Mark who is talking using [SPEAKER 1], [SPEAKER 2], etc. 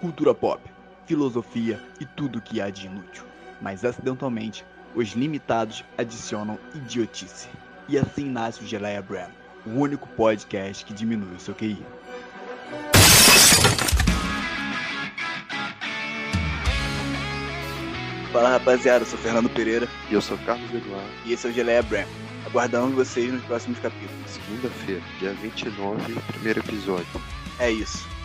[SPEAKER 1] cultura pop, filosofia e tudo o que há de inútil. Mas acidentalmente, os limitados adicionam idiotice. E assim nasce o Geleia Brand, o único podcast que diminui o seu QI. Fala rapaziada, eu sou Fernando Pereira
[SPEAKER 2] E eu sou Carlos Eduardo.
[SPEAKER 1] e esse é o Geleia Brand. Aguardamos vocês nos próximos capítulos.
[SPEAKER 2] Segunda-feira, dia 29, primeiro episódio.
[SPEAKER 1] É isso.